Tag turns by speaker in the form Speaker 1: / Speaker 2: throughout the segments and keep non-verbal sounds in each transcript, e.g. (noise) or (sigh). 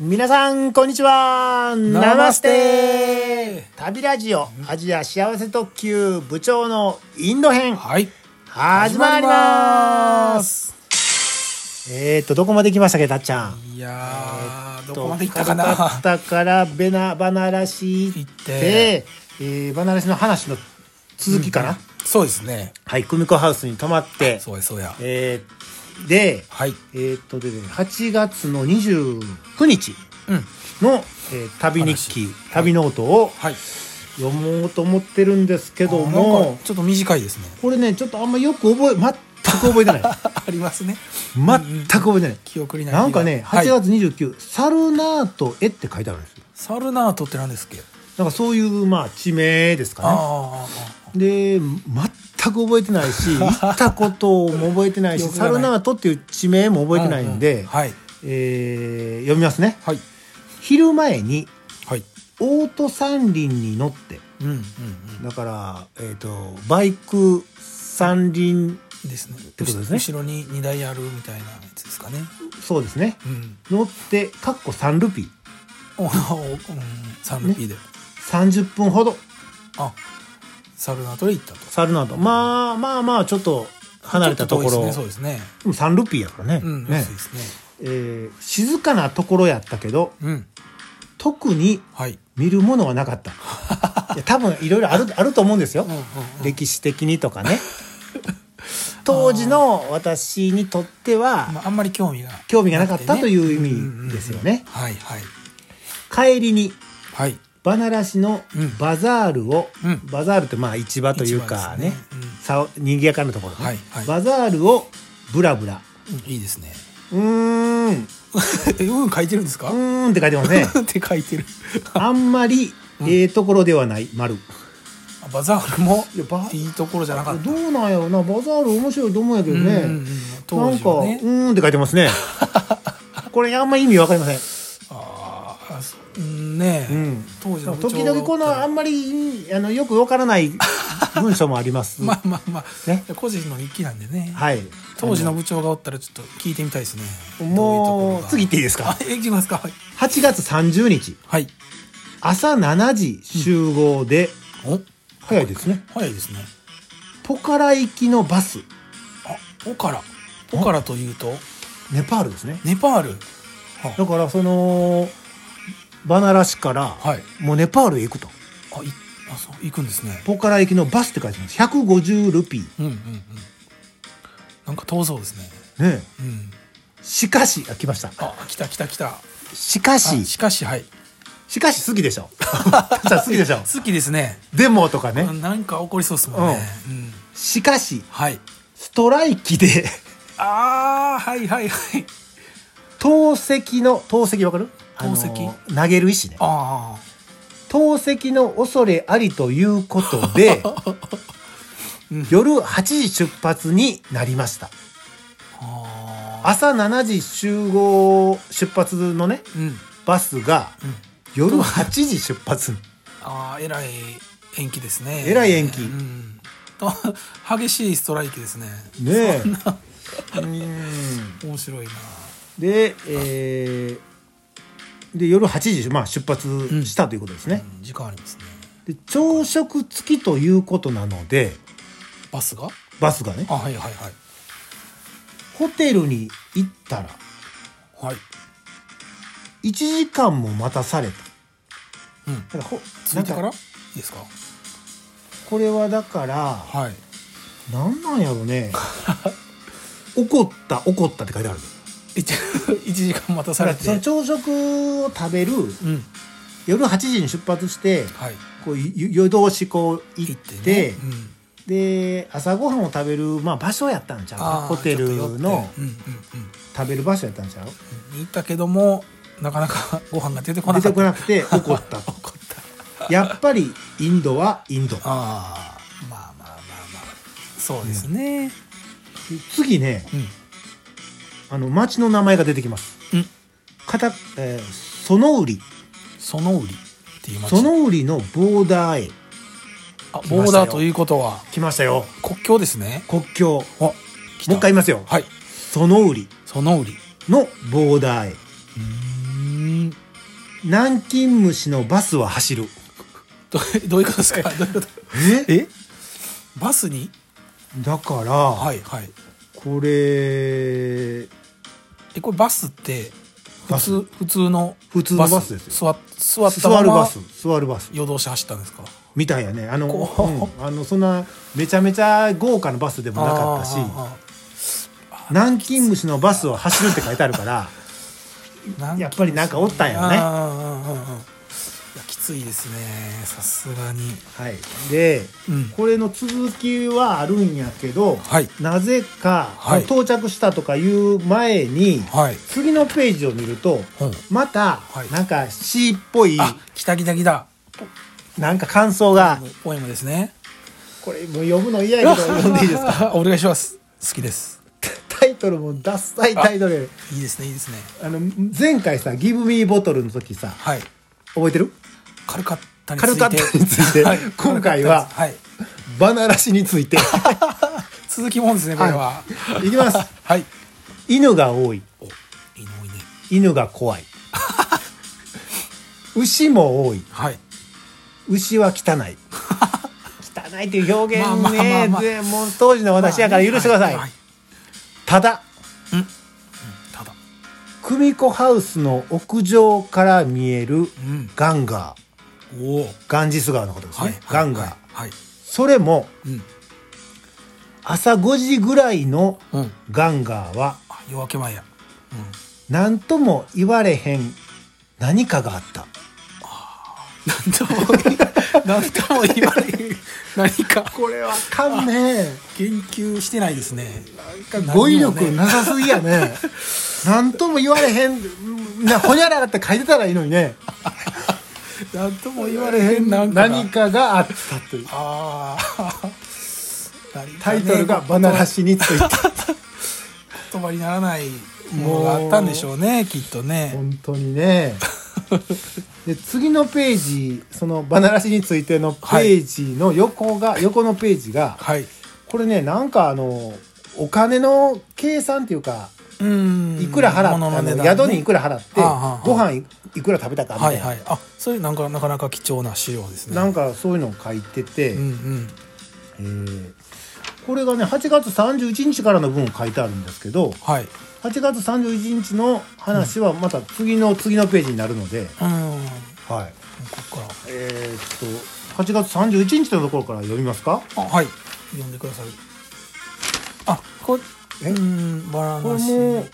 Speaker 1: 皆さんこんにちはナマステ旅ラジオアジア幸せ特急部長のインド編
Speaker 2: はい
Speaker 1: 始まりますえーとどこまで来ましたっけたっちゃん
Speaker 2: いやーど
Speaker 1: と
Speaker 2: こまで行ったかな
Speaker 1: 深かったからベナバナラシ行っ
Speaker 2: 行ってて、
Speaker 1: えーバナラシの話の続きかな、
Speaker 2: そうですね
Speaker 1: はい久美子ハウスに泊まって
Speaker 2: そうやそうや
Speaker 1: えーで
Speaker 2: はい
Speaker 1: えーっとでね8月の29日
Speaker 2: うん
Speaker 1: の、えー旅日記旅ノートを
Speaker 2: はい
Speaker 1: 読もうと思ってるんですけど
Speaker 2: あなん
Speaker 1: も
Speaker 2: かちょっと短いですね (laughs)
Speaker 1: これねちょっとあんまよく覚え全く覚えてない
Speaker 2: ありますね
Speaker 1: 全く覚えてない
Speaker 2: 記憶にない
Speaker 1: なんかね8
Speaker 2: はい、
Speaker 1: 月29、サルナート絵って書いてあるんですよ
Speaker 2: サルナートって何ですっけ
Speaker 1: なんかそういうまあ地名ですかね
Speaker 2: あー
Speaker 1: で全く覚えてない
Speaker 2: (laughs)
Speaker 1: し行ったことも覚えてないし
Speaker 2: 記憶
Speaker 1: サ
Speaker 2: がない
Speaker 1: ルナートっていう地名も覚えてないんで、
Speaker 2: ううはい
Speaker 1: えー読みますね
Speaker 2: はい
Speaker 1: 昼前に
Speaker 2: はい
Speaker 1: オート三輪に乗って
Speaker 2: うんうん
Speaker 1: だから、えっとバイク三輪
Speaker 2: うんですね
Speaker 1: てことですね
Speaker 2: 後ろに荷台あるみたいなやつですかね
Speaker 1: そうですね
Speaker 2: うん
Speaker 1: 乗ってかっこ3ルピー
Speaker 2: おおうんサルピーで、
Speaker 1: 30分ほど
Speaker 2: あサルナートで行ったと
Speaker 1: サルナートまあまあまあちょっと離れたところ
Speaker 2: ち
Speaker 1: で
Speaker 2: ょっ
Speaker 1: も
Speaker 2: 遠いですね
Speaker 1: 3ルピーやからね,、
Speaker 2: そうですねうん
Speaker 1: ね
Speaker 2: そうですね
Speaker 1: えー静かなところやったけど
Speaker 2: うん
Speaker 1: 特に
Speaker 2: はい
Speaker 1: 見るものはなか
Speaker 2: (laughs)
Speaker 1: ったいや多分いろいろあるあると思うんですよ、
Speaker 2: うんうんうん
Speaker 1: 歴史的にとかね (laughs) 当時の私にとっては
Speaker 2: まあ、あんまり興味が
Speaker 1: 興味がなかった
Speaker 2: ね
Speaker 1: という意味ですよね
Speaker 2: うんうんうんはいはい
Speaker 1: 帰りに
Speaker 2: はい
Speaker 1: バナラ市の
Speaker 2: うん
Speaker 1: バザールを、
Speaker 2: うん
Speaker 1: バザールってまあ市場というかね
Speaker 2: 市場ですね
Speaker 1: さ賑やかなところね、
Speaker 2: はいはい
Speaker 1: バザールをブラブラ
Speaker 2: うんいいですね (laughs)
Speaker 1: うーんう
Speaker 2: えうん書いてるんですか、うん、
Speaker 1: ー
Speaker 2: っ
Speaker 1: んって書いてます
Speaker 2: (laughs)
Speaker 1: ね
Speaker 2: て書いてる
Speaker 1: あんまりええところではない丸
Speaker 2: バザールも
Speaker 1: いやバ
Speaker 2: いいところじゃなかった
Speaker 1: どうなんやろなバザール面白いと思うんやけどね、
Speaker 2: うんうんうん当
Speaker 1: なん
Speaker 2: 時
Speaker 1: か
Speaker 2: は
Speaker 1: う
Speaker 2: ね
Speaker 1: ーんって書いてます
Speaker 2: (laughs)
Speaker 1: ねこれあんま意味わかりません
Speaker 2: ああそううんねえ、
Speaker 1: うん
Speaker 2: 当時の
Speaker 1: 時々このあんまりあのよくわからない文章もあります
Speaker 2: (laughs) まあまあまあ、
Speaker 1: ね
Speaker 2: 個人の日記なんでね、
Speaker 1: はい
Speaker 2: 当時の部長がおったらちょっと聞いてみたいですね
Speaker 1: もう次
Speaker 2: どい
Speaker 1: 行っていいです
Speaker 2: ところが
Speaker 1: か
Speaker 2: あえ行きますかはい、
Speaker 1: 8月30日
Speaker 2: はい、
Speaker 1: 朝7時集合で、
Speaker 2: お
Speaker 1: 早いですね
Speaker 2: 早いですね
Speaker 1: ポカラ行きのバス
Speaker 2: あポカラポカラというと
Speaker 1: ネパールですね
Speaker 2: ネパール
Speaker 1: だからそのバナラ市から
Speaker 2: はい
Speaker 1: もうネパールへ行くと
Speaker 2: あいあそう行くんですね
Speaker 1: ポカラ行きのバスって書いてます150ルピー
Speaker 2: うんうんうんなんか遠そうですね
Speaker 1: ねえ
Speaker 2: うん
Speaker 1: しかしあ来ました
Speaker 2: あ来た来た来たあ
Speaker 1: しかし
Speaker 2: しかしはい
Speaker 1: しかし好きでし (laughs) ょじゃあ好きでしょ
Speaker 2: 好きですね
Speaker 1: でもとかね
Speaker 2: なんか起こりそうですもんねうん
Speaker 1: しかし
Speaker 2: はい
Speaker 1: ストライキで (laughs)
Speaker 2: ああはいはいはい
Speaker 1: 投石の投石わかる
Speaker 2: 投石
Speaker 1: あの投げる石ね
Speaker 2: あ
Speaker 1: 投石の恐れありということで、夜8時出発になりました。
Speaker 2: ーあ
Speaker 1: 朝7時集合出発のね、
Speaker 2: ーうん
Speaker 1: バスが
Speaker 2: うん
Speaker 1: 夜8時出発。
Speaker 2: ああえらい延期ですね
Speaker 1: えらい延期
Speaker 2: うんと (laughs) 激しいストライキですね
Speaker 1: ねえ。
Speaker 2: 面白いな
Speaker 1: で、えーで、夜8時、まあ、出発したということですね、
Speaker 2: うん時間ありますね
Speaker 1: で。朝食付きということなので、
Speaker 2: バスが
Speaker 1: バスがね、
Speaker 2: あはいはいはい
Speaker 1: ホテルに行ったら
Speaker 2: はい
Speaker 1: 1時間も待たされた。
Speaker 2: うん
Speaker 1: だからほ
Speaker 2: 着いてか
Speaker 1: なん
Speaker 2: らいいですか
Speaker 1: これはだから
Speaker 2: はい
Speaker 1: なんなんやろ
Speaker 2: (laughs)
Speaker 1: ね怒った怒ったって書いてある
Speaker 2: 一 (laughs) 一時間待た
Speaker 1: だ
Speaker 2: さ
Speaker 1: か
Speaker 2: れ
Speaker 1: らその
Speaker 2: て
Speaker 1: 朝食を食べる
Speaker 2: うん
Speaker 1: 夜8時に出発して
Speaker 2: はい
Speaker 1: こうゆ夜通しこう行って
Speaker 2: ねうん
Speaker 1: で朝ごはんを食べる、まあ、場所やったんちゃう
Speaker 2: あ
Speaker 1: か
Speaker 2: ー
Speaker 1: ホテ
Speaker 2: ちょ
Speaker 1: ル
Speaker 2: っと寄っ
Speaker 1: の
Speaker 2: てうんうんうん
Speaker 1: 食べる場所やったんちゃう
Speaker 2: に行ったけどもなかなか (laughs) ご飯が出てこな
Speaker 1: 出て
Speaker 2: かった
Speaker 1: こなく
Speaker 2: (laughs)
Speaker 1: て怒った
Speaker 2: 怒った
Speaker 1: やっぱりインドはインド
Speaker 2: ああまあまあまあまあそうですね
Speaker 1: 次ね
Speaker 2: うん
Speaker 1: あの町の名前が出てきます
Speaker 2: うん
Speaker 1: かた、えー、ソノウリ
Speaker 2: その売りっていう街
Speaker 1: ソノウリのボーダーへ
Speaker 2: あ
Speaker 1: 来ま
Speaker 2: ボ
Speaker 1: し
Speaker 2: ー
Speaker 1: たよ
Speaker 2: ダーということは
Speaker 1: 来ましたよ
Speaker 2: 国境ですね
Speaker 1: 国境
Speaker 2: あ
Speaker 1: もう
Speaker 2: も
Speaker 1: 一回言いますよ
Speaker 2: はい
Speaker 1: ソノウリ
Speaker 2: その売り
Speaker 1: のボーダーへ
Speaker 2: うーん
Speaker 1: 南京虫のバスは走る。
Speaker 2: どどういうことですかどういうこと
Speaker 1: え
Speaker 2: えバスに
Speaker 1: だから、
Speaker 2: はいはい
Speaker 1: これ、
Speaker 2: えこれバスって
Speaker 1: バ
Speaker 2: 普
Speaker 1: ス
Speaker 2: 通普通の
Speaker 1: 普通のバスです
Speaker 2: よ座っ座った
Speaker 1: 座
Speaker 2: ま
Speaker 1: る
Speaker 2: ま
Speaker 1: バス、座るバス。
Speaker 2: 夜通し走ったんですか
Speaker 1: みたいやね。あの、
Speaker 2: こ
Speaker 1: うんあの、そんな、めちゃめちゃ豪華なバスでもなかったし
Speaker 2: あ、ーあ
Speaker 1: 南京虫のバスは走るって書いてあるから、
Speaker 2: ーな
Speaker 1: (laughs)
Speaker 2: ん
Speaker 1: やっぱりなんかおったんやろね。
Speaker 2: あーうんうんうんうんいやきついですねさすがに
Speaker 1: はい、で、
Speaker 2: うん
Speaker 1: これの続きはあるんやけど、
Speaker 2: はい
Speaker 1: なぜか、
Speaker 2: はい
Speaker 1: 到着したとかいう前に、
Speaker 2: はい
Speaker 1: 次のページを見ると、
Speaker 2: うん
Speaker 1: また、
Speaker 2: はい
Speaker 1: なんか詩っぽい
Speaker 2: あ来た来た来た
Speaker 1: なんか感想が
Speaker 2: ポエムですね
Speaker 1: これもう読むの嫌や
Speaker 2: (laughs)
Speaker 1: けど読んでいいですか
Speaker 2: お願いします好きです
Speaker 1: タイトルもダッサいタイトルやね
Speaker 2: いいですねいいですね
Speaker 1: あの前回さ「ギブ・ミー・ボトル」の時さ
Speaker 2: はい
Speaker 1: 覚えてる
Speaker 2: 軽かったについ
Speaker 1: 軽
Speaker 2: て
Speaker 1: かったについて
Speaker 2: はい
Speaker 1: (laughs) 今回は
Speaker 2: 軽かったですはい
Speaker 1: バナラシについて
Speaker 2: (laughs) 続きもんですねこれは
Speaker 1: はいいきます
Speaker 2: はい
Speaker 1: 犬が多い
Speaker 2: おいいの多いね
Speaker 1: 犬が
Speaker 2: (laughs)
Speaker 1: 怖い牛も多い
Speaker 2: はい
Speaker 1: 牛は汚
Speaker 2: (laughs)
Speaker 1: い汚いという表現ね、
Speaker 2: まあまあまあまあ
Speaker 1: でもう当時の私やから許してください、
Speaker 2: まあね
Speaker 1: ただ
Speaker 2: はいはいうんうんただ
Speaker 1: 久美子ハウスの屋上から見える
Speaker 2: うん
Speaker 1: ガンガー
Speaker 2: おお
Speaker 1: ガンジス川のことですね、
Speaker 2: はい
Speaker 1: ガンガー、
Speaker 2: はいはい
Speaker 1: それも
Speaker 2: うん
Speaker 1: 朝5時ぐらいの
Speaker 2: うん
Speaker 1: ガンガーは
Speaker 2: あ夜明け前やうん
Speaker 1: 何とも言われへん何かがあった
Speaker 2: (laughs) なんともなんとも言われる何か
Speaker 1: これわかんねえ
Speaker 2: 言及してないですね
Speaker 1: 語彙力な
Speaker 2: 何
Speaker 1: さすぎや
Speaker 2: (laughs)
Speaker 1: ねなんとも言われへんなほにゃららって書いてたらいいのにね
Speaker 2: なんとも言われへんなんかが
Speaker 1: 何かがあったという
Speaker 2: ああ (laughs)
Speaker 1: タイトルが「バナラシについて
Speaker 2: 言葉にならないものがあったんでしょうねきっと」ね
Speaker 1: 本当にねで次のページその「バナラシについて」のページの横が、横のページが
Speaker 2: はい
Speaker 1: これねなんかあのお金の計算っていうか
Speaker 2: うん
Speaker 1: いくら払っ
Speaker 2: 物
Speaker 1: た
Speaker 2: の値
Speaker 1: の
Speaker 2: 段ね
Speaker 1: 宿にいくら払って
Speaker 2: ああああ
Speaker 1: ご飯いいくら食べたかみた
Speaker 2: はいい
Speaker 1: な、
Speaker 2: はいあそういうなんかなかなか貴重な資料ですね
Speaker 1: なんかそういうのを書いてて、
Speaker 2: うんうん
Speaker 1: えーこれがね8月31日からの分を書いてあるんですけど
Speaker 2: はい
Speaker 1: 8月31日の話はまた次の次のページになるので、
Speaker 2: うん
Speaker 1: はい
Speaker 2: ここか
Speaker 1: えーっと8月31日のところから読みますから
Speaker 2: あはい読んでくださいあこ
Speaker 1: え
Speaker 2: うんバラ
Speaker 1: こ
Speaker 2: ン
Speaker 1: れ
Speaker 2: ス
Speaker 1: も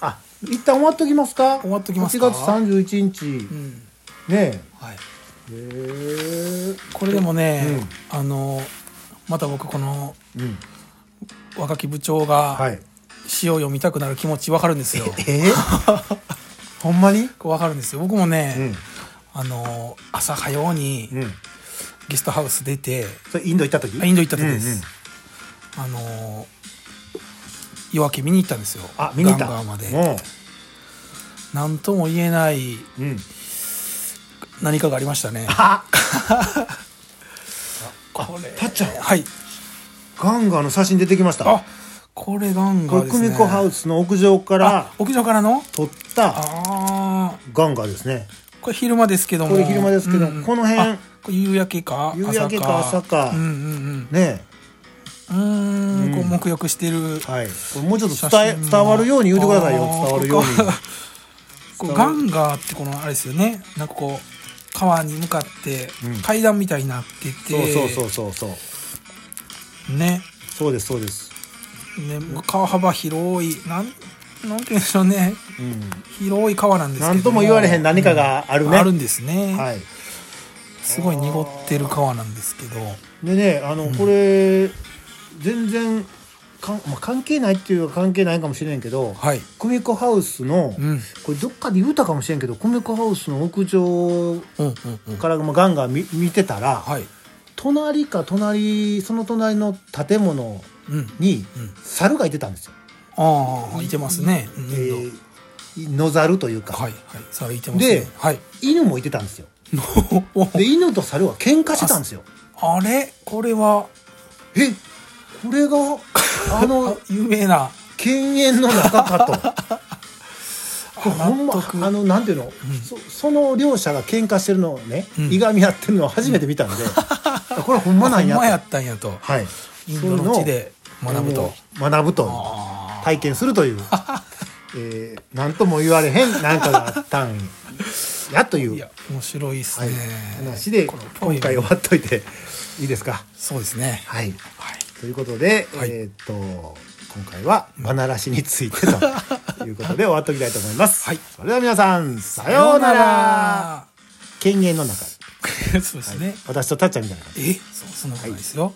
Speaker 1: あ一旦終わっときますか
Speaker 2: 終わっときますか
Speaker 1: 8月31日、
Speaker 2: うん
Speaker 1: ね
Speaker 2: はい
Speaker 1: えへえ
Speaker 2: これでもね、あのまた僕この
Speaker 1: うん
Speaker 2: 若き部長が
Speaker 1: はい
Speaker 2: 詩を読みたくなる気持ちわかるんですよ、
Speaker 1: え
Speaker 2: (laughs)
Speaker 1: ほんまに
Speaker 2: わかるんですよ僕もね、
Speaker 1: うん
Speaker 2: あの朝早うに
Speaker 1: うん
Speaker 2: ゲストハウス出て、
Speaker 1: それインド行った時
Speaker 2: インド行った時で
Speaker 1: うんうん
Speaker 2: す、あの夜明け見に行ったんですよ
Speaker 1: あ見に行った
Speaker 2: ガンガーまで
Speaker 1: うん
Speaker 2: 何とも言えない
Speaker 1: うん、
Speaker 2: 何かがありましたね
Speaker 1: あ
Speaker 2: これ
Speaker 1: たっちゃん
Speaker 2: はい
Speaker 1: ガンガーの写真出てきました
Speaker 2: あこれガン
Speaker 1: こ
Speaker 2: ガー
Speaker 1: れ
Speaker 2: です
Speaker 1: 久
Speaker 2: ね
Speaker 1: 美子ハウ
Speaker 2: ス
Speaker 1: スの屋上から
Speaker 2: 屋上からの
Speaker 1: 撮った
Speaker 2: ああ
Speaker 1: ガンガーですね
Speaker 2: これ昼間ですけども
Speaker 1: これ昼間ですけどこの辺
Speaker 2: あこれ夕焼けか
Speaker 1: 夕焼けか朝か
Speaker 2: うんうん
Speaker 1: ね
Speaker 2: うんうーんこう沐浴してる
Speaker 1: えはいこれもうちょっと
Speaker 2: 写
Speaker 1: 伝え
Speaker 2: 真も
Speaker 1: 伝わるように言うてくださいよ
Speaker 2: あー
Speaker 1: 伝わるように
Speaker 2: こ (laughs) こうガンガーってこのあれですよねなんかこう川に向かって
Speaker 1: うん
Speaker 2: 階段みたいになってて、
Speaker 1: そうそうそうそうそう
Speaker 2: ね
Speaker 1: そうですそうです
Speaker 2: ね川幅広いなんなんて言うんでしょうね
Speaker 1: うん
Speaker 2: 広い川なんですけど
Speaker 1: 何とも言われへん何かがあるね
Speaker 2: あるんですね、
Speaker 1: はい
Speaker 2: すごい濁ってる川なんですけど
Speaker 1: でねあのこれ全然かん、まあ、関係ないっていうか関係ないかもしれんけど
Speaker 2: はい
Speaker 1: 久美子ハウスの
Speaker 2: うん
Speaker 1: これどっかで言うたかもしれんけど久美子ハウスの屋上
Speaker 2: うんうんうん
Speaker 1: からまあガンガン見見てたら
Speaker 2: はい
Speaker 1: 隣か隣その隣の建物
Speaker 2: うん
Speaker 1: に
Speaker 2: うん
Speaker 1: 猿がいてたんですよ。
Speaker 2: ああいてますねうん
Speaker 1: えー野猿というか、
Speaker 2: はいはいさあいてますね
Speaker 1: で
Speaker 2: はい
Speaker 1: 犬もいてたんですよ。
Speaker 2: お
Speaker 1: で犬と猿は喧嘩してたんですよ。
Speaker 2: あれこれは
Speaker 1: えこれ
Speaker 2: (laughs)
Speaker 1: があの
Speaker 2: 有名な (laughs)
Speaker 1: 犬猿の中かと。これほんま
Speaker 2: 納得
Speaker 1: あのなんていうの、そその両者が喧嘩してるのをね、いがみ合ってるのを初めて見たんで、これほんまなんや
Speaker 2: (laughs) ほんまや
Speaker 1: と
Speaker 2: ったんやと
Speaker 1: はい
Speaker 2: インドの地で学ぶと
Speaker 1: あの学ぶと体験する
Speaker 2: (laughs)
Speaker 1: というえー、なんとも言われへんなんかがあったんやという
Speaker 2: いや面白いっす
Speaker 1: は
Speaker 2: ね
Speaker 1: い、話で
Speaker 2: こ
Speaker 1: 今
Speaker 2: のポエム
Speaker 1: 回終わっといていいですか
Speaker 2: そうですね
Speaker 1: はい
Speaker 2: はい
Speaker 1: ということで、
Speaker 2: はい
Speaker 1: えーっと今回はマナラシについてということで終わっておきたいと思います、
Speaker 2: はい
Speaker 1: それでは皆さんさようなら権限の中
Speaker 2: さようなら (laughs) そうですね
Speaker 1: 私とたっちゃんみたいな感じ
Speaker 2: えそそんなことないですよ